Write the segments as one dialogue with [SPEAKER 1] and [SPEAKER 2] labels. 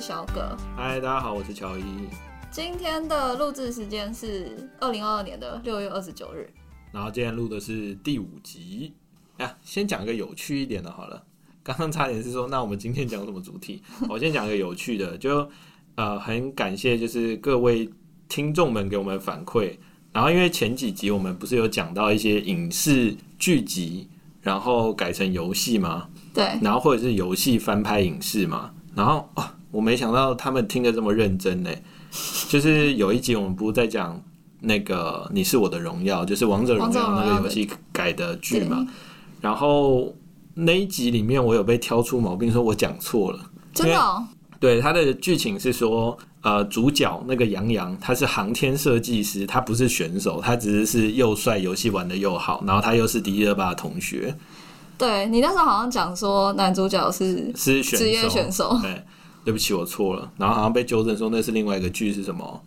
[SPEAKER 1] 小葛。
[SPEAKER 2] 嗨，大家好，我是乔伊。
[SPEAKER 1] 今天的录制时间是二零二二年的六月二十九日。
[SPEAKER 2] 然后今天录的是第五集啊，先讲一个有趣一点的好了。刚刚差点是说，那我们今天讲什么主题？我先讲一个有趣的，就呃，很感谢就是各位听众们给我们反馈。然后因为前几集我们不是有讲到一些影视剧集，然后改成游戏吗？
[SPEAKER 1] 对，
[SPEAKER 2] 然后或者是游戏翻拍影视嘛，然后哦，我没想到他们听得这么认真呢。就是有一集我们不是在讲那个《你是我的荣耀》，就是《王者荣
[SPEAKER 1] 王者
[SPEAKER 2] 耀》
[SPEAKER 1] 荣耀
[SPEAKER 2] 那个游
[SPEAKER 1] 的
[SPEAKER 2] 戏改的剧嘛，然后那一集里面我有被挑出毛病，说我讲错了。
[SPEAKER 1] 真的、哦，
[SPEAKER 2] 对，它的剧情是说，呃，主角那个杨洋他是航天设计师，他不是选手，他只是是又帅，游戏玩的又好，然后他又是迪丽热巴的同学，
[SPEAKER 1] 对你那时候好像讲说男主角是
[SPEAKER 2] 是选手
[SPEAKER 1] 职业选手，
[SPEAKER 2] 对，对不起，我错了。然后好像被纠正说那是另外一个剧是什么？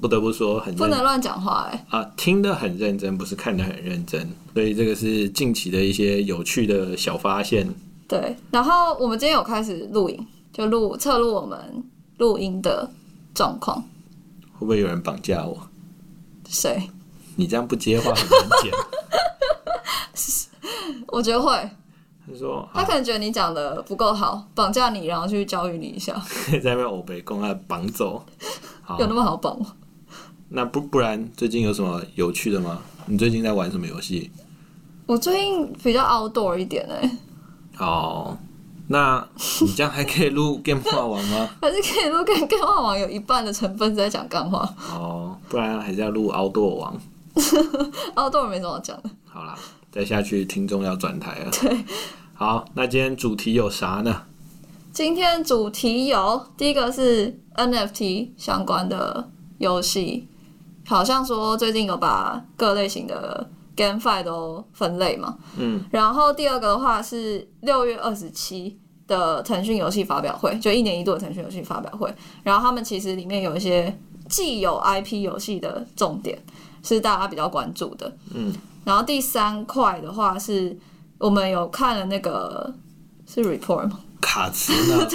[SPEAKER 2] 不得不说很
[SPEAKER 1] 不
[SPEAKER 2] 认
[SPEAKER 1] 能乱讲话哎。
[SPEAKER 2] 啊，听得很认真，不是看得很认真。所以这个是近期的一些有趣的小发现。
[SPEAKER 1] 对，然后我们今天有开始录影，就录测录我们录音的状况。
[SPEAKER 2] 会不会有人绑架我？
[SPEAKER 1] 谁？
[SPEAKER 2] 你这样不接话很难剪。
[SPEAKER 1] 我觉得会，
[SPEAKER 2] 他说
[SPEAKER 1] 他
[SPEAKER 2] 啊，
[SPEAKER 1] 可能觉得你讲的不够好，绑架你，然后去教育你一下，
[SPEAKER 2] 在那边欧北公啊绑走。好
[SPEAKER 1] 有，那么好绑吗？
[SPEAKER 2] 那不不然最近有什么有趣的吗？你最近在玩什么游戏？
[SPEAKER 1] 我最近比较 outdoor 一点哎、
[SPEAKER 2] 哦，那你这样还可以录 game 化王吗？
[SPEAKER 1] 还是可以录跟干话王有一半的成分是在讲干话
[SPEAKER 2] 哦，不然还是要录凹多王。
[SPEAKER 1] ，outdoor 哦没什么好讲的。
[SPEAKER 2] 好啦，再下去听众要转台了。对，好，那今天主题有啥呢？
[SPEAKER 1] 今天主题有第一个是 NFT 相关的游戏，好像说最近有把各类型的 GameFi 都分类嘛。
[SPEAKER 2] 嗯，
[SPEAKER 1] 然后第二个的话是六月二十七的腾讯游戏发表会，就一年一度的腾讯游戏发表会。然后他们其实里面有一些既有 IP 游戏的重点是大家比较关注的。
[SPEAKER 2] 嗯，
[SPEAKER 1] 然后第三块的话是我们有看了那个是 report 吗？
[SPEAKER 2] 卡词 呢？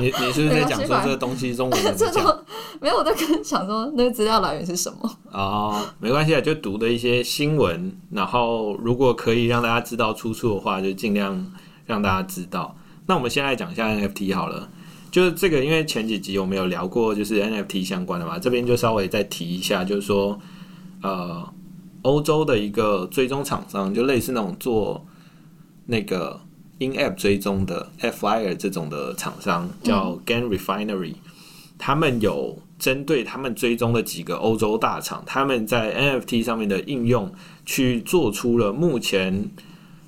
[SPEAKER 2] 你你是不是在讲说这个东西中文怎 么
[SPEAKER 1] 这
[SPEAKER 2] 讲？
[SPEAKER 1] 种没有，我在跟想说那个资料来源是什么？
[SPEAKER 2] 哦，没关系啊，就读的一些新闻，然后如果可以让大家知道出处的话，就尽量让大家知道。那我们先来讲一下 NFT 好了，就是这个，因为前几集我们有聊过，就是 NFT 相关的嘛，这边就稍微再提一下，就是说，呃，欧洲的一个追踪厂商，就类似那种做那个 in app 追踪的 FIR 这种的厂商，叫 Gain Refinery，、他们有针对他们追踪的几个欧洲大厂，他们在 NFT 上面的应用，去做出了目前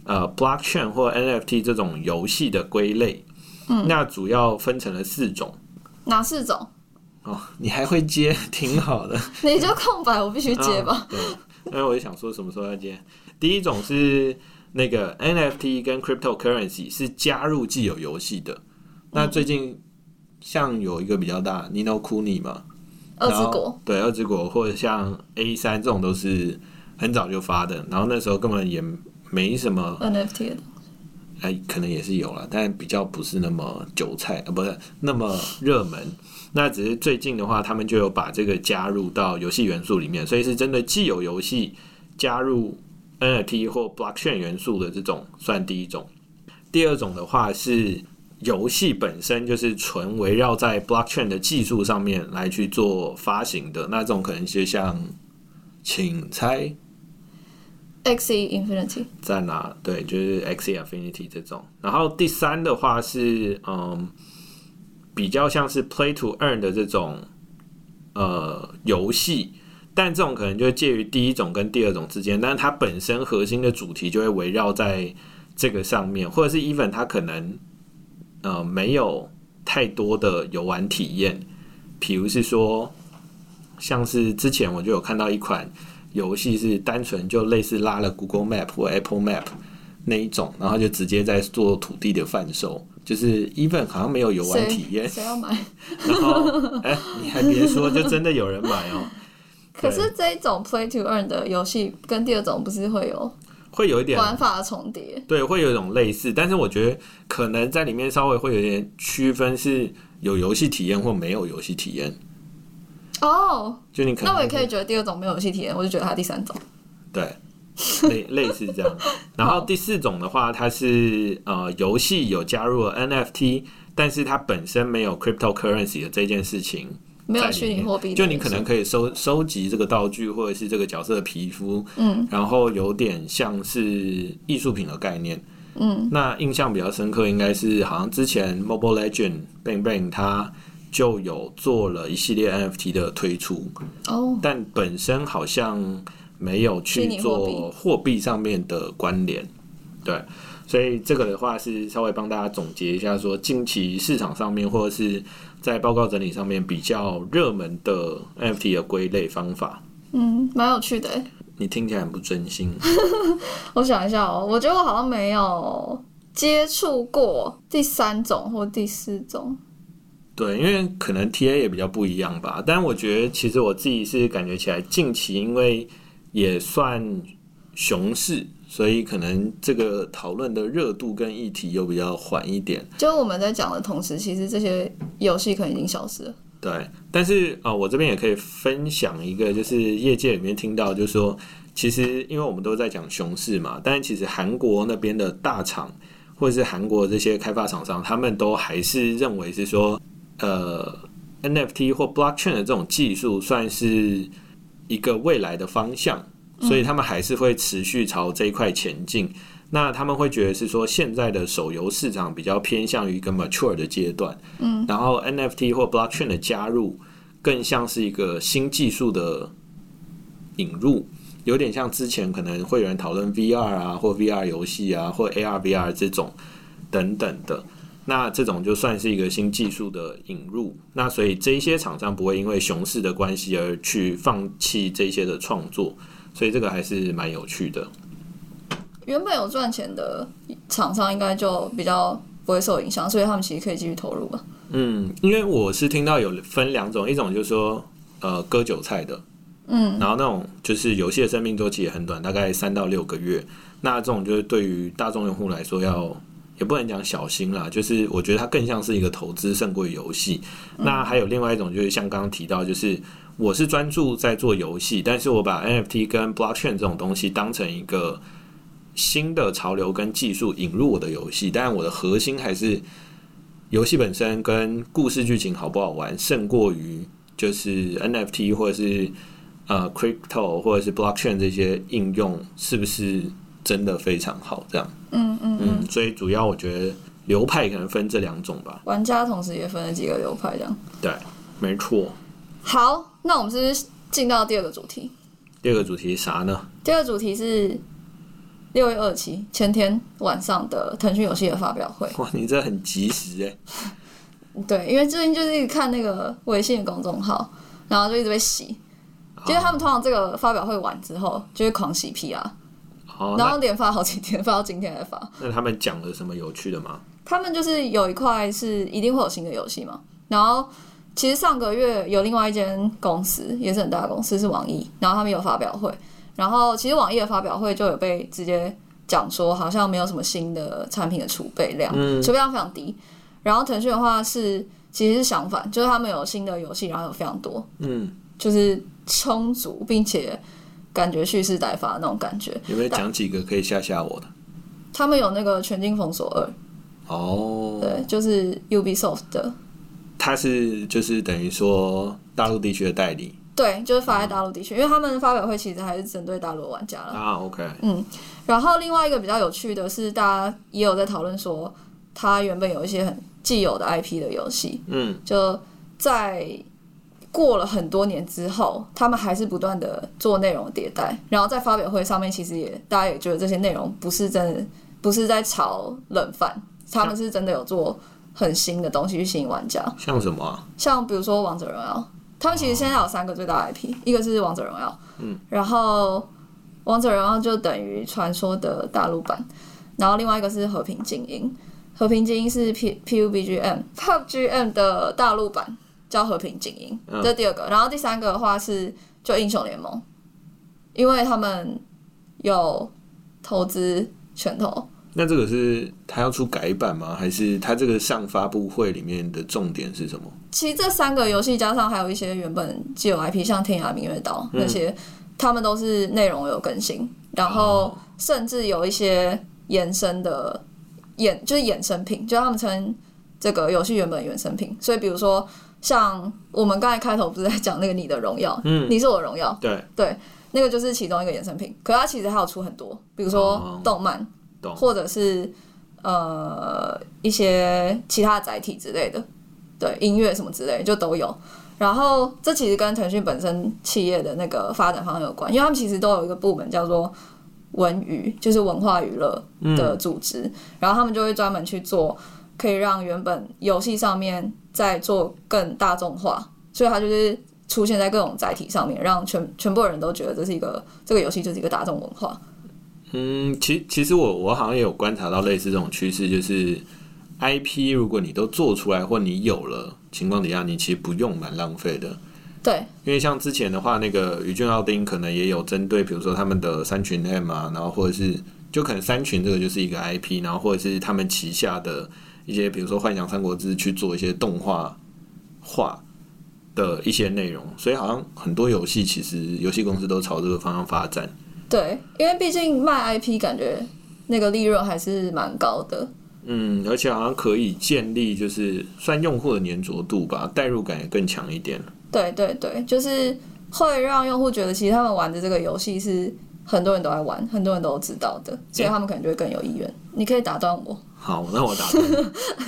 [SPEAKER 2] 呃 blockchain 或 NFT 这种游戏的归类。嗯，那主要分成了四种
[SPEAKER 1] 哪四种？
[SPEAKER 2] 哦，你还会接，挺好的。
[SPEAKER 1] 你就空白，我必须 接 吧。
[SPEAKER 2] 嗯对，因为我就想说什么时候要接。第一种是那个 NFT 跟 cryptocurrency 是加入既有游戏的。那最近像有一个比较大，Nino Kuni 嘛，
[SPEAKER 1] 二之
[SPEAKER 2] 然
[SPEAKER 1] 国
[SPEAKER 2] 后，对，二之国或者像 A 三这种都是很早就发的，然后那时候根本也没什么，
[SPEAKER 1] NFT 的
[SPEAKER 2] 哎、可能也是有了，但比较不是那么韭菜，呃，不是那么热门。那只是最近的话，他们就有把这个加入到游戏元素里面，所以是针对既有游戏加入 NFT 或 blockchain 元素的这种算第一种。第二种的话是游戏本身就是纯围绕在 blockchain 的技术上面来去做发行的，那这种可能就像请猜
[SPEAKER 1] XE E Infinity，
[SPEAKER 2] 在哪？对，就是 Axie Affinity 这种。然后第三的话是，嗯，比较像是 Play to Earn 的这种呃游戏，但这种可能就介于第一种跟第二种之间，但是它本身核心的主题就会围绕在这个上面，或者是 even 它可能呃没有太多的游玩体验，比如是说，像是之前我就有看到一款。游戏是单纯就类似拉了 Google Map 或 Apple Map 那一种，然后就直接在做土地的贩售，就是 even 好像没有游玩体验
[SPEAKER 1] 谁，谁要 买？
[SPEAKER 2] 然后哎、你还别说，就真的有人买哦，
[SPEAKER 1] 可是这一种 Play to Earn 的游戏跟第二种不是会有
[SPEAKER 2] 会有一点
[SPEAKER 1] 玩法的重叠？
[SPEAKER 2] 对，会有一种类似，但是我觉得可能在里面稍微会有点区分是，有游戏体验或没有游戏体验。
[SPEAKER 1] 哦，
[SPEAKER 2] 就你可能
[SPEAKER 1] 那我也可以觉得第二种没有游戏体验，我就觉得它第三种。
[SPEAKER 2] 对，类类似这样。然后第四种的话，它是呃游戏有加入了 NFT，但是它本身没有 cryptocurrency 的这件事情。
[SPEAKER 1] 没有
[SPEAKER 2] 在里
[SPEAKER 1] 虚拟
[SPEAKER 2] 面
[SPEAKER 1] 货币的元素，
[SPEAKER 2] 就你可能可以收收集这个道具或者是这个角色的皮肤，
[SPEAKER 1] 嗯，
[SPEAKER 2] 然后有点像是艺术品的概念，
[SPEAKER 1] 嗯，
[SPEAKER 2] 那印象比较深刻应该是好像之前 Mobile Legend Bang Bang 它就有做了一系列 NFT 的推出，
[SPEAKER 1] 哦，
[SPEAKER 2] 但本身好像没有
[SPEAKER 1] 虚
[SPEAKER 2] 去
[SPEAKER 1] 拟货币
[SPEAKER 2] 做货币上面的关联，对，所以这个的话是稍微帮大家总结一下，说近期市场上面或者是在报告整理上面比较热门的 NFT 的归类方法。
[SPEAKER 1] 嗯，蛮有趣的欸。
[SPEAKER 2] 你听起来很不真心，
[SPEAKER 1] 我想一下哦，我觉得我好像没有接触过第三种或第四种。
[SPEAKER 2] 对，因为可能 TA 也比较不一样吧。但我觉得其实我自己是感觉起来，近期因为也算熊市，所以可能这个讨论的热度跟议题又比较缓一点。
[SPEAKER 1] 就是我们在讲的同时，其实这些游戏可能已经消失了。
[SPEAKER 2] 对，但是呃，我这边也可以分享一个，就是业界里面听到，就是说，其实因为我们都在讲熊市嘛，但是其实韩国那边的大厂或者是韩国这些开发厂商，他们都还是认为是说，呃，NFT 或 blockchain 的这种技术算是一个未来的方向，所以他们还是会持续朝这一块前进。那他们会觉得是说，现在的手游市场比较偏向于一个 mature 的阶段。然后 NFT 或 blockchain 的加入，更像是一个新技术的引入，有点像之前可能会有人讨论 VR 啊，或 VR 游戏啊，或 AR、VR 这种等等的。那这种就算是一个新技术的引入，那所以这一些厂商不会因为熊市的关系而去放弃这些的创作，所以这个还是蛮有趣的。
[SPEAKER 1] 原本有赚钱的厂商，应该就比较不会受影响，所以他们其实可以继续投入吧。
[SPEAKER 2] 嗯，因为我是听到有分两种，一种就是说呃割韭菜的，嗯，然后那种就是游戏的生命周期也很短，大概三到六个月。那这种就是对于大众用户来说要，也不能讲小心啦，就是我觉得它更像是一个投资胜过于游戏。那还有另外一种就是像刚刚提到，就是我是专注在做游戏，但是我把 NFT 跟 blockchain 这种东西当成一个新的潮流跟技术引入我的游戏，但我的核心还是游戏本身跟故事剧情好不好玩，胜过于就是 NFT 或者是呃 crypto 或者是 blockchain 这些应用是不是真的非常好这样。
[SPEAKER 1] 嗯嗯，
[SPEAKER 2] 嗯，所以主要我觉得流派可能分这两种吧。
[SPEAKER 1] 玩家同时也分了几个流派，这样。
[SPEAKER 2] 对，没错。
[SPEAKER 1] 好，那我们是不是进到第二个主题？
[SPEAKER 2] 第二个主题是啥呢？
[SPEAKER 1] 第二个主题是六月二七前天晚上的腾讯游戏的发表会。
[SPEAKER 2] 哇，你这很及时哎、
[SPEAKER 1] 对，因为最近就是一直看那个微信的公众号，然后就一直被洗。就是他们通常这个发表会完之后，就会狂洗 PR，
[SPEAKER 2] 好，
[SPEAKER 1] 然
[SPEAKER 2] 那
[SPEAKER 1] 后连发好几天，发到今天才发。
[SPEAKER 2] 那他们讲了什么有趣的吗？
[SPEAKER 1] 他们就是有一块是一定会有新的游戏嘛，然后其实上个月有另外一间公司也是很大的公司是网易，然后他们有发表会，然后其实网易的发表会就有被直接讲说好像没有什么新的产品的储备量，储备量非常低。然后腾讯的话是其实是相反，就是他们有新的游戏，然后有非常多，
[SPEAKER 2] 嗯，
[SPEAKER 1] 就是充足，并且感觉蓄势待发的那种感觉。
[SPEAKER 2] 有没有讲几个可以吓吓我的？
[SPEAKER 1] 他们有那个《全境封锁二》，
[SPEAKER 2] 哦，
[SPEAKER 1] 对，就是 Ubisoft 的
[SPEAKER 2] 他是就是等于说大陆地区的代理
[SPEAKER 1] 对，就是发在大陆地区，因为他们发表会其实还是针对大陆的玩家了。
[SPEAKER 2] 啊。OK，
[SPEAKER 1] 然后另外一个比较有趣的是，大家也有在讨论说，它原本有一些很既有的 IP 的游戏，
[SPEAKER 2] 嗯，
[SPEAKER 1] 就在过了很多年之后，他们还是不断的做内容迭代。然后在发表会上面，其实也大家也觉得这些内容不是真的，不是在炒冷饭，他们是真的有做很新的东西去吸引玩家。
[SPEAKER 2] 像什么啊、
[SPEAKER 1] 像比如说《王者荣耀》，他们其实现在有三个最大的 IP，、一个是《王者荣耀》，嗯，然后《王者荣耀》就等于传说的大陆版，然后另外一个是《和平精英》，《和平精英》是 P PUBGM PUBGM 的大陆版，叫《和平精英》，
[SPEAKER 2] 嗯
[SPEAKER 1] 这是第二个。然后第三个的话是就《英雄联盟》，因为他们有投资拳头，
[SPEAKER 2] 那这个是他要出改版吗？还是他这个上发布会里面的重点是什么？
[SPEAKER 1] 其实这三个游戏加上还有一些原本既有 IP，像《天涯明月刀》那些，他们都是内容有更新，然后甚至有一些延伸的衍，就是衍生品，就是他们称这个游戏原本衍生品。所以比如说，像我们刚才开头不是在讲那个《你的荣耀》，
[SPEAKER 2] 嗯
[SPEAKER 1] 你是我的荣耀，
[SPEAKER 2] 对，
[SPEAKER 1] 那个就是其中一个衍生品。可是它其实还有出很多，比如说
[SPEAKER 2] 哦
[SPEAKER 1] 动漫，
[SPEAKER 2] 懂
[SPEAKER 1] 或者是呃一些其他的载体之类的，对音乐什么之类就都有。然后这其实跟腾讯本身企业的那个发展方向有关，因为他们其实都有一个部门叫做文娱，就是文化娱乐的组织，
[SPEAKER 2] 嗯
[SPEAKER 1] 然后他们就会专门去做可以让原本游戏上面再做更大众化，所以它就是出现在各种载体上面，让全全部人都觉得这是一个这个游戏就是一个大众文化。
[SPEAKER 2] 嗯，其其实我我好像也有观察到类似这种趋势，就是 IP 如果你都做出来或你有了情况底下，你其实不用蛮浪费的。
[SPEAKER 1] 对，
[SPEAKER 2] 因为像之前的话，那个宇俊奥丁可能也有针对，比如说他们的三群 M 啊，然后或者是就可能三群这个就是一个 IP，然后或者是他们旗下的一些，比如说幻想三国志去做一些动画化的一些内容，所以好像很多游戏其实游戏公司都朝这个方向发展。
[SPEAKER 1] 对，因为毕竟卖 IP 感觉那个利润还是蛮高的。
[SPEAKER 2] 嗯，而且好像可以建立就是算用户的粘着度吧，代入感也更强一点。
[SPEAKER 1] 对对对，就是会让用户觉得其实他们玩的这个游戏是很多人都在玩，很多人都知道的，所以他们可能就会更有意愿。你可以打断我，
[SPEAKER 2] 好，那我打断，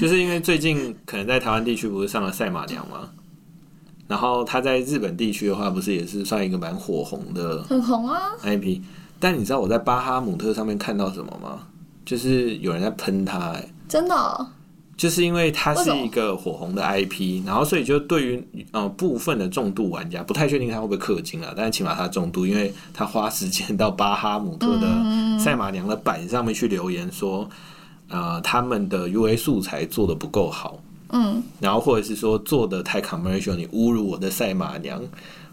[SPEAKER 2] 就是因为最近可能在台湾地区不是上了赛马娘吗？然后他在日本地区的话，不是也是算一个蛮火红的
[SPEAKER 1] 很红啊，
[SPEAKER 2] IP。但你知道我在巴哈姆特上面看到什么吗？就是有人在喷他、欸，
[SPEAKER 1] 真的哦、
[SPEAKER 2] 就是因为它
[SPEAKER 1] 为
[SPEAKER 2] 是
[SPEAKER 1] 什么
[SPEAKER 2] 一个火红的 IP，然后所以就对于呃部分的重度玩家，不太确定他会不会氪金啊，但是起码他重度，因为他花时间到巴哈姆特
[SPEAKER 1] 嗯
[SPEAKER 2] 的赛马娘的版上面去留言说，呃，他们的 UA 素材做的不够好，
[SPEAKER 1] 嗯，
[SPEAKER 2] 然后或者是说做的太 commercial，你侮辱我的赛马娘，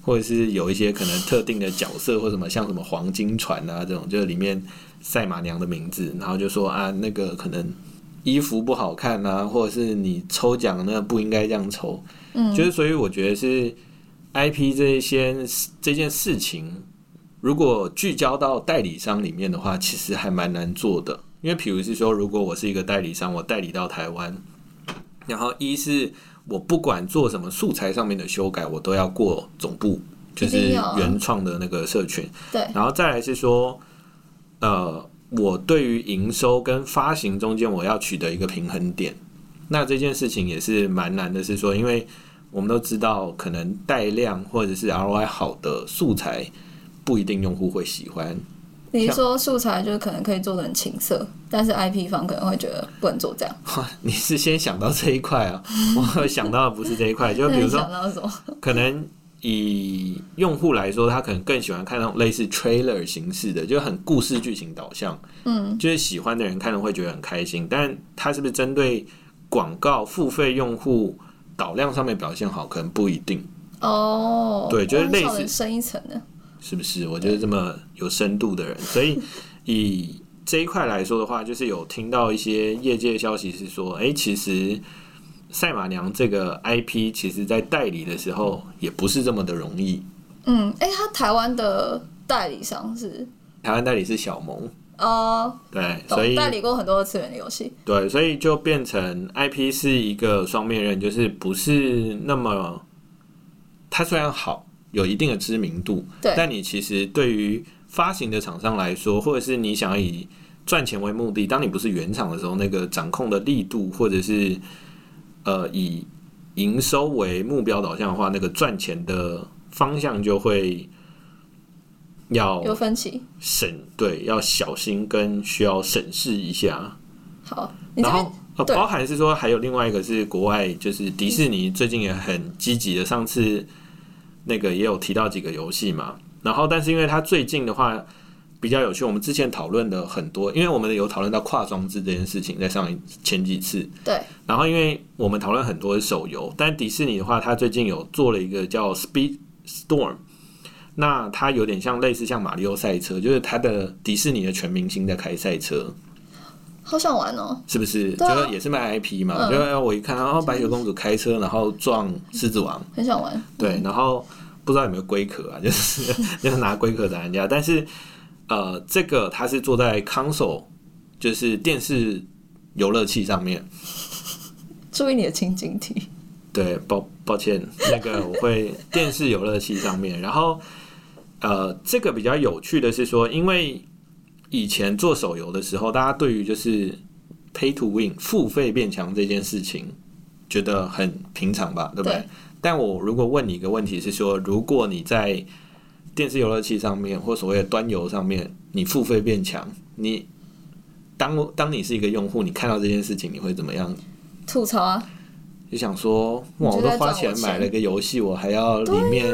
[SPEAKER 2] 或者是有一些可能特定的角色或什么，像什么黄金船啊这种，就是里面赛马娘的名字，然后就说啊那个可能衣服不好看啊，或者是你抽奖那不应该这样抽，
[SPEAKER 1] 嗯
[SPEAKER 2] 就是所以我觉得是 IP 这一些这件事情，如果聚焦到代理商里面的话，其实还蛮难做的。因为比如是说，如果我是一个代理商，我代理到台湾，然后一是我不管做什么素材上面的修改，我都要过总部，就
[SPEAKER 1] 一
[SPEAKER 2] 是
[SPEAKER 1] 定要啊
[SPEAKER 2] 原创的那个社群。
[SPEAKER 1] 对
[SPEAKER 2] 然后再来是说，呃，我对于营收跟发行中间我要取得一个平衡点。那这件事情也是蛮难的，是说，因为我们都知道，可能带量或者是 ROI 好的素材，不一定用户会喜欢。
[SPEAKER 1] 你说素材就是可能可以做的很情色，但是 IP 方可能会觉得不能做这样。
[SPEAKER 2] 哇，你是先想到这一块 啊？我想到的不是这一块，就比
[SPEAKER 1] 那
[SPEAKER 2] 如
[SPEAKER 1] 你
[SPEAKER 2] 说
[SPEAKER 1] 想到什么？
[SPEAKER 2] 可能以用户来说，他可能更喜欢看那种类似 trailer 形式的，就很故事剧情导向。
[SPEAKER 1] 嗯，
[SPEAKER 2] 就是喜欢的人看了会觉得很开心，但他是不是针对广告付费用户导量上面表现好，可能不一定，
[SPEAKER 1] 哦，
[SPEAKER 2] 对就是
[SPEAKER 1] 哇
[SPEAKER 2] 类似
[SPEAKER 1] 你想得深一层的。
[SPEAKER 2] 是不是？我就是这么有深度的人，所以以这一块来说的话，就是有听到一些业界消息是说，诶，其实。赛马娘这个 IP，其实在代理的时候也不是这么的容易。
[SPEAKER 1] 嗯，哎、他台湾的代理商是
[SPEAKER 2] 台湾代理是小萌，
[SPEAKER 1] 哦，
[SPEAKER 2] 对，
[SPEAKER 1] 懂
[SPEAKER 2] 所以
[SPEAKER 1] 代理过很多次元的游戏。
[SPEAKER 2] 对，所以就变成 IP 是一个双面刃，就是不是那么，它虽然好，有一定的知名度，
[SPEAKER 1] 对
[SPEAKER 2] 但你其实对于发行的厂商来说，或者是你想要以赚钱为目的，当你不是原厂的时候，那个掌控的力度，或者是呃以营收为目标导向的话，那个赚钱的方向就会要
[SPEAKER 1] 有分歧。
[SPEAKER 2] 审，对，要小心跟需要审视一下。
[SPEAKER 1] 好，你这
[SPEAKER 2] 然
[SPEAKER 1] 边
[SPEAKER 2] 后呃，
[SPEAKER 1] 对嗯
[SPEAKER 2] 包含是说还有另外一个是国外，就是迪士尼最近也很积极的，上次那个也有提到几个游戏嘛。然后，但是因为它最近的话比较有趣，我们之前讨论的很多，因为我们有讨论到跨装置这件事情，在上一前几次。
[SPEAKER 1] 对。
[SPEAKER 2] 然后，因为我们讨论很多手游，但迪士尼的话，它最近有做了一个叫 Speed Storm。那它有点像类似像马里奥赛车，就是它的迪士尼的全明星在开赛车，
[SPEAKER 1] 好想玩哦！
[SPEAKER 2] 是不是？
[SPEAKER 1] 对啊
[SPEAKER 2] 就是也是卖 IP 嘛，
[SPEAKER 1] 嗯
[SPEAKER 2] 就是我一看，哦，白雪公主开车然后撞狮子王，
[SPEAKER 1] 很想玩。
[SPEAKER 2] 对，然后不知道有没有龟壳啊，就是 就是拿龟壳砸人家，但是呃，这个它是坐在 console，就是电视游乐器上面。
[SPEAKER 1] 注意你的情景 题。
[SPEAKER 2] 对，抱抱歉，那个我会电视游乐器上面。然后，呃，这个比较有趣的是说，因为以前做手游的时候，大家对于就是 pay to win 付费变强这件事情，觉得很平常吧，对不对？
[SPEAKER 1] 对
[SPEAKER 2] 但我如果问你一个问题是说，如果你在电视游乐器上面或所谓的端游上面，你付费变强，你当当你是一个用户，你看到这件事情，你会怎么样
[SPEAKER 1] 吐槽啊！
[SPEAKER 2] 就想说，
[SPEAKER 1] 你
[SPEAKER 2] 哇，
[SPEAKER 1] 就
[SPEAKER 2] 我
[SPEAKER 1] 在
[SPEAKER 2] 都
[SPEAKER 1] 赚
[SPEAKER 2] 花
[SPEAKER 1] 我
[SPEAKER 2] 钱买
[SPEAKER 1] 钱啊
[SPEAKER 2] 了个游戏，我还要里面，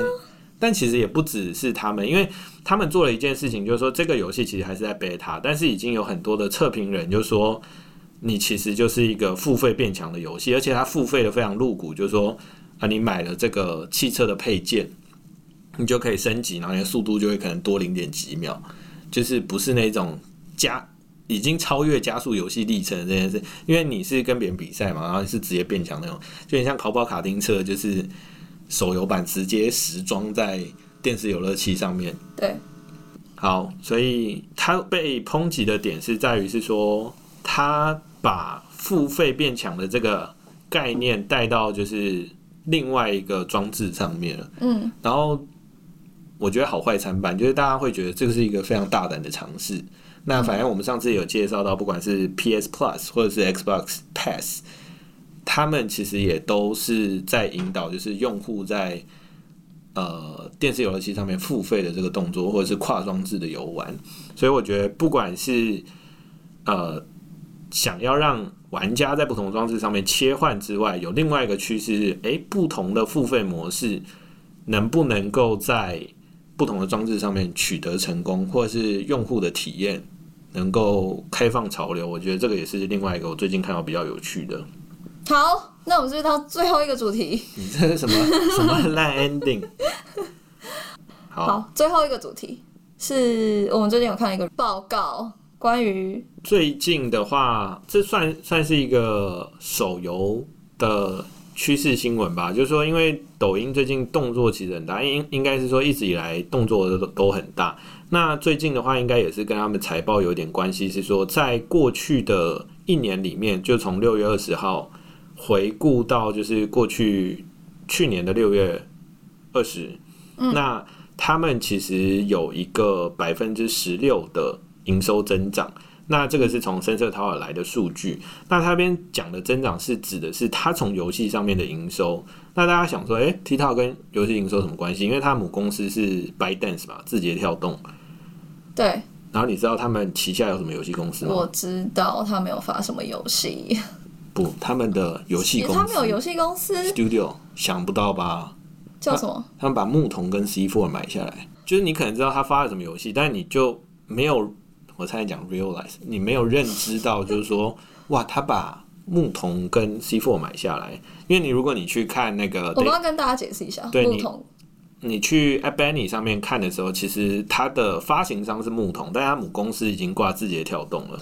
[SPEAKER 2] 但其实也不只是他们，因为他们做了一件事情，就是说这个游戏其实还是在 beta，但是已经有很多的测评人就说，你其实就是一个付费变强的游戏，而且它付费的非常露骨，就是说啊，你买了这个汽车的配件，你就可以升级，然后你的速度就会可能多零点几秒，就是不是那种加。已经超越加速游戏历程的这件事，因为你是跟别人比赛嘛，然后你是直接变强那种，就很像跑跑卡丁车，就是手游版直接实装在电视游乐器上面。
[SPEAKER 1] 对，
[SPEAKER 2] 好，所以它被抨击的点是在于是说，它把付费变强的这个概念带到就是另外一个装置上面了。
[SPEAKER 1] 嗯，
[SPEAKER 2] 然后我觉得好坏参半，就是大家会觉得这个是一个非常大胆的尝试。那反正我们上次有介绍到，不管是 PS Plus 或者是 Xbox Pass，他们其实也都是在引导，就是用户在呃电视游乐器上面付费的这个动作，或者是跨装置的游玩。所以我觉得，不管是呃想要让玩家在不同装置上面切换之外，有另外一个趋势是，诶，不同的付费模式能不能够在不同的装置上面取得成功，或者是用户的体验能够开放潮流，我觉得这个也是另外一个我最近看到比较有趣的。
[SPEAKER 1] 好，那我们就到最后一个主题。
[SPEAKER 2] 你嗯这是什么什么烂 ending？好，
[SPEAKER 1] 好，最后一个主题是我们最近有看一个报告，关于
[SPEAKER 2] 最近的话，这算算是一个手游的趋势新闻吧，就是说，因为抖音最近动作其实很大，应应该是说一直以来动作都都很大。那最近的话，应该也是跟他们财报有点关系，是说在过去的一年里面，就从六月二十号回顾到就是过去去年的六月二十、那他们其实有一个百分之十六的营收增长。那这个是从深色淘尔来的数据。那他这边讲的增长是指的是他从游戏上面的营收。那大家想说，诶 t i k t o k 跟游戏营收有什么关系？因为它母公司是 ByteDance 嘛，字节跳动。
[SPEAKER 1] 对，
[SPEAKER 2] 然后你知道他们旗下有什么游戏公司吗？
[SPEAKER 1] 我知道他没有发什么游戏，
[SPEAKER 2] 不，他们的游戏
[SPEAKER 1] 也
[SPEAKER 2] 公
[SPEAKER 1] 他没有
[SPEAKER 2] 司
[SPEAKER 1] 游戏公司
[SPEAKER 2] Studio 想不到吧？
[SPEAKER 1] 叫什么？
[SPEAKER 2] 他们把牧童跟 C4 买下来，就是你可能知道他发了什么游戏，但你就没有，我才讲 realize，你没有认知到，就是说，哇，他把牧童跟 C4 买下来，因为你如果你去看那个
[SPEAKER 1] 我们要跟大家解释一下，
[SPEAKER 2] 对
[SPEAKER 1] 不
[SPEAKER 2] 你
[SPEAKER 1] 同
[SPEAKER 2] 你去 App Annie 上面看的时候，其实它的发行商是牧童，但它母公司已经挂字节跳动了。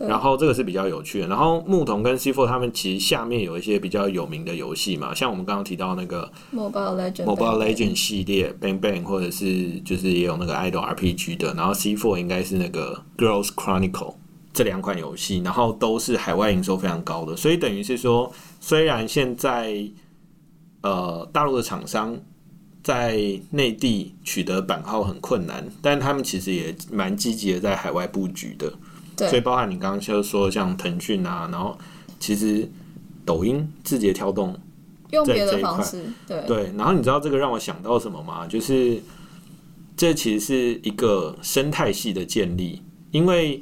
[SPEAKER 2] 然后这个是比较有趣的。然后牧童跟 C4 他们其实下面有一些比较有名的游戏嘛，像我们刚刚提到那个
[SPEAKER 1] Mobile Legend。
[SPEAKER 2] Mobile Legend 系列 Bang Bang，或者是就是也有那个 Idol RPG 的，然后 C4 应该是那个 Girls Chronicle 这两款游戏，然后都是海外营收非常高的，所以等于是说，虽然现在呃大陆的厂商在内地取得版号很困难，但他们其实也蛮积极的在海外布局的，
[SPEAKER 1] 对
[SPEAKER 2] 所以包含你刚刚就说像腾讯啊，然后其实抖音、字节跳动
[SPEAKER 1] 用别
[SPEAKER 2] 在这
[SPEAKER 1] 的
[SPEAKER 2] 一块
[SPEAKER 1] 方式，对
[SPEAKER 2] 对，然后你知道这个让我想到什么吗？就是这其实是一个生态系的建立，因为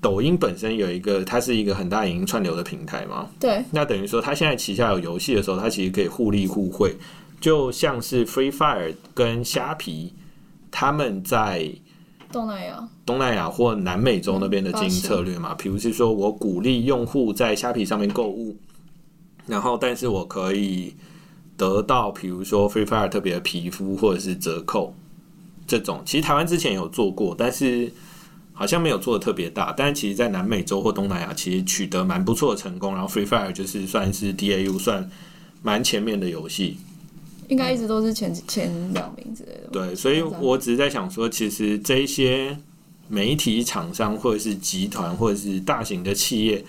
[SPEAKER 2] 抖音本身有一个，它是一个很大影音串流的平台嘛。
[SPEAKER 1] 对
[SPEAKER 2] 那等于说，它现在旗下有游戏的时候，它其实可以互利互惠，就像是 Free Fire 跟虾皮，他们在
[SPEAKER 1] 东南亚，
[SPEAKER 2] 东南亚或南美洲那边的经营
[SPEAKER 1] 巴西
[SPEAKER 2] 策略嘛，比如是说我鼓励用户在虾皮上面购物，然后但是我可以得到比如说 Free Fire 特别的皮肤或者是折扣这种，其实台湾之前有做过，但是好像没有做的特别大，但是其实在南美洲或东南亚其实取得蛮不错的成功。然后 Free Fire 就是算是 DAU 算蛮前面的游戏，
[SPEAKER 1] 应该一直都是前前两名之类的。
[SPEAKER 2] 对，所以
[SPEAKER 1] 这样
[SPEAKER 2] 我只是在想说，其实这一些媒体厂商或者是集团或者是大型的企业，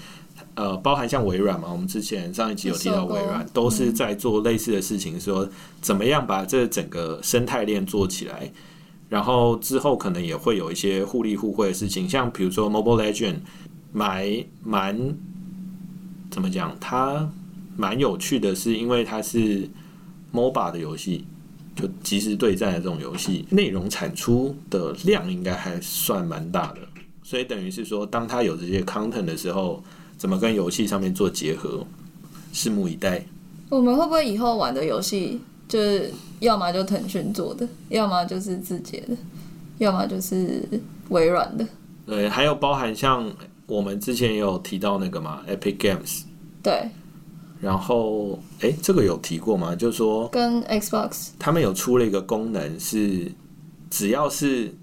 [SPEAKER 2] 呃，包含像微软嘛，我们之前上一集有提到
[SPEAKER 1] 收购
[SPEAKER 2] 微软，都是在做类似的事情，说怎么样把这整个生态链做起来。然后之后可能也会有一些互利互惠的事情，像比如说 Mobile Legend，蛮蛮怎么讲？它蛮有趣的是，因为它是 MOBA 的游戏，就即时对战的这种游戏，内容产出的量应该还算蛮大的。所以等于是说，当它有这些 content 的时候，怎么跟游戏上面做结合，拭目以待。
[SPEAKER 1] 我们会不会以后玩的游戏，就是要么就腾讯做的，要么就是字节的，要么就是微软的？
[SPEAKER 2] 对，还有包含像我们之前也有提到那个嘛，Epic Games，
[SPEAKER 1] 对，
[SPEAKER 2] 然后诶，这个有提过吗？就是说
[SPEAKER 1] 跟 Xbox
[SPEAKER 2] 他们有出了一个功能是，只要是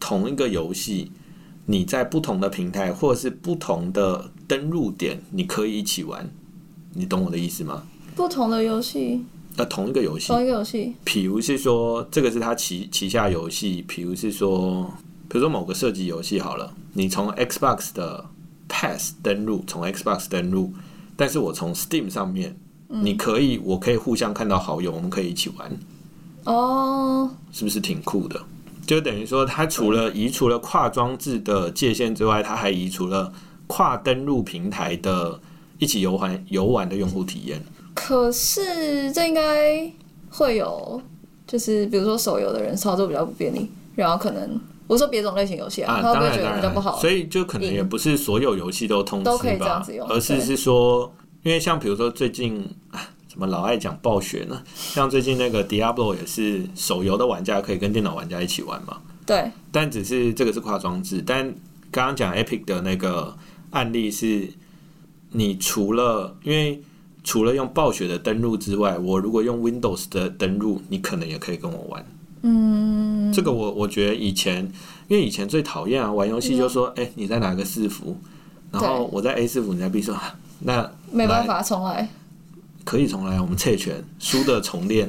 [SPEAKER 2] 同一个游戏，你在不同的平台或者是不同的登录点，你可以一起玩。你懂我的意思吗？
[SPEAKER 1] 不同的游戏，
[SPEAKER 2] 呃，同一个游戏
[SPEAKER 1] 同，一个游戏，
[SPEAKER 2] 比如是说这个是他旗旗下游戏，比如是说，比如说某个射击游戏好了，你从 Xbox 的 Pass 登录，从 Xbox 登录，但是我从 Steam 上面，你可以，我可以互相看到好友，我们可以一起玩。
[SPEAKER 1] 哦，
[SPEAKER 2] 是不是挺酷的？就等于说，它除了移除了跨装置的界限之外，它还移除了跨登录平台的一起游玩游玩的用户体验。
[SPEAKER 1] 可是这应该会有，就是比如说手游的人操作比较不便利，然后可能我说别种类型游戏啊，
[SPEAKER 2] 啊，
[SPEAKER 1] 他会
[SPEAKER 2] 当
[SPEAKER 1] 不会觉
[SPEAKER 2] 然
[SPEAKER 1] 得
[SPEAKER 2] 当
[SPEAKER 1] 比较不好
[SPEAKER 2] 然，？所以就可能也不是所有游戏都通吃吧，
[SPEAKER 1] 都可以这样子用
[SPEAKER 2] 而是
[SPEAKER 1] 对
[SPEAKER 2] 是说，因为像比如说最近啊怎么老爱讲暴雪呢？像最近那个 Diablo 也是手游的玩家可以跟电脑玩家一起玩嘛，
[SPEAKER 1] 对，
[SPEAKER 2] 但只是这个是跨装置，但刚刚讲 Epic 的那个案例是，你除了因为除了用暴雪的登录之外，我如果用 Windows 的登录，你可能也可以跟我玩。嗯，这个我我觉得以前，因为以前最讨厌啊，玩游戏就说，哎、你在哪个伺服，然后
[SPEAKER 1] 对
[SPEAKER 2] 我在 A 伺服，你在 B 伺服，啊那
[SPEAKER 1] 没办
[SPEAKER 2] 来
[SPEAKER 1] 法重来，
[SPEAKER 2] 可以重来，我们撤权，输的重练，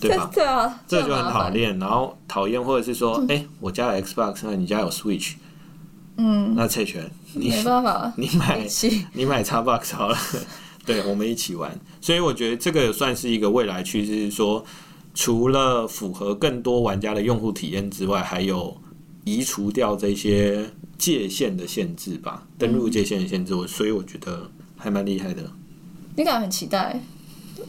[SPEAKER 2] 对吧？
[SPEAKER 1] 对啊，
[SPEAKER 2] 这
[SPEAKER 1] 样
[SPEAKER 2] 就很
[SPEAKER 1] 麻
[SPEAKER 2] 讨
[SPEAKER 1] 烦。
[SPEAKER 2] 厌，然后讨厌或者是说，哎、我家有 Xbox，那你家有 Switch，
[SPEAKER 1] 嗯，
[SPEAKER 2] 那蔡权，你
[SPEAKER 1] 没办法
[SPEAKER 2] 你买
[SPEAKER 1] 一起，
[SPEAKER 2] 你买 Xbox 好了， 对，我们一起玩。所以我觉得这个也算是一个未来趋势，是说除了符合更多玩家的用户体验之外，还有移除掉这些界限的限制吧，
[SPEAKER 1] 嗯
[SPEAKER 2] 登录界限的限制。我所以我觉得还蛮厉害的。
[SPEAKER 1] 你感觉很期待，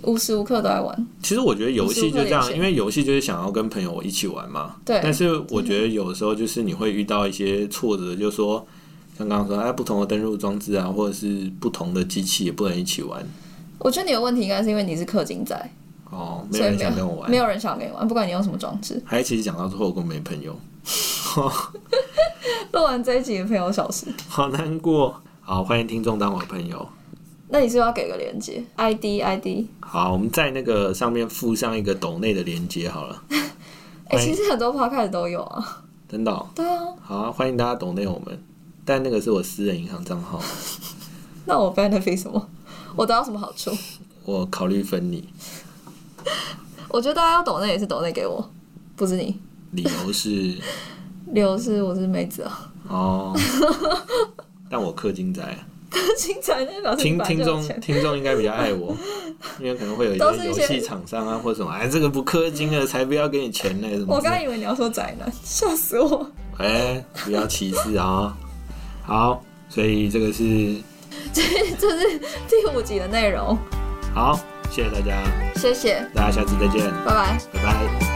[SPEAKER 1] 无时无刻都在玩，
[SPEAKER 2] 其实我觉得游戏就
[SPEAKER 1] 无时无
[SPEAKER 2] 这
[SPEAKER 1] 刻连
[SPEAKER 2] 样，
[SPEAKER 1] 线
[SPEAKER 2] 因为游戏就是想要跟朋友一起玩嘛。
[SPEAKER 1] 对
[SPEAKER 2] 但是我觉得有的时候就是你会遇到一些挫折，就说像刚刚说，哎，不同的登录装置啊，或者是不同的机器也不能一起玩
[SPEAKER 1] 我觉得你的问题应该是因为你是氪金仔，
[SPEAKER 2] 哦，没
[SPEAKER 1] 所
[SPEAKER 2] 有
[SPEAKER 1] 以
[SPEAKER 2] 人
[SPEAKER 1] 没
[SPEAKER 2] 想跟我
[SPEAKER 1] 有
[SPEAKER 2] 玩
[SPEAKER 1] 没。有人想跟你玩，不管你用什么装置。
[SPEAKER 2] 还其实讲到最后，我根本没朋友，
[SPEAKER 1] 录完这一集的朋友小时，
[SPEAKER 2] 好难过。好，欢迎听众当我的朋友。
[SPEAKER 1] 那你是不是要给个连接，ID ID。
[SPEAKER 2] 好，我们在那个上面附上一个抖内的连接好了，
[SPEAKER 1] 哎、
[SPEAKER 2] 欢迎
[SPEAKER 1] 其实很多 podcast 都有啊。
[SPEAKER 2] 真的哦、
[SPEAKER 1] 对啊，
[SPEAKER 2] 好啊，欢迎大家抖内我们，但那个是我私人银行账号，
[SPEAKER 1] 那我 benefit 什么？我得到什么好处？
[SPEAKER 2] 我考虑分你。
[SPEAKER 1] 我觉得大家要抖内也是抖内给我，不是你。
[SPEAKER 2] 理由是
[SPEAKER 1] 刘是我是妹子啊，
[SPEAKER 2] 哦，但我氪金仔，
[SPEAKER 1] 精彩那表示你
[SPEAKER 2] 听
[SPEAKER 1] 本来就有
[SPEAKER 2] 听众
[SPEAKER 1] 钱
[SPEAKER 2] 听众应该比较 爱我，因为可能会有
[SPEAKER 1] 都
[SPEAKER 2] 一
[SPEAKER 1] 是
[SPEAKER 2] 些
[SPEAKER 1] 一
[SPEAKER 2] 游
[SPEAKER 1] 些
[SPEAKER 2] 戏厂商啊或者什么，哎，这个不氪金了才不要给你钱呢，什么
[SPEAKER 1] 我
[SPEAKER 2] 之
[SPEAKER 1] 刚
[SPEAKER 2] 类的？
[SPEAKER 1] 以为你要说宅男，吓死我！
[SPEAKER 2] 哎，不要歧视啊！好，所以这个是
[SPEAKER 1] 这是第五集的内容，
[SPEAKER 2] 好，谢谢大家，
[SPEAKER 1] 谢谢，
[SPEAKER 2] 大家下次再见，
[SPEAKER 1] 拜拜。
[SPEAKER 2] 拜拜。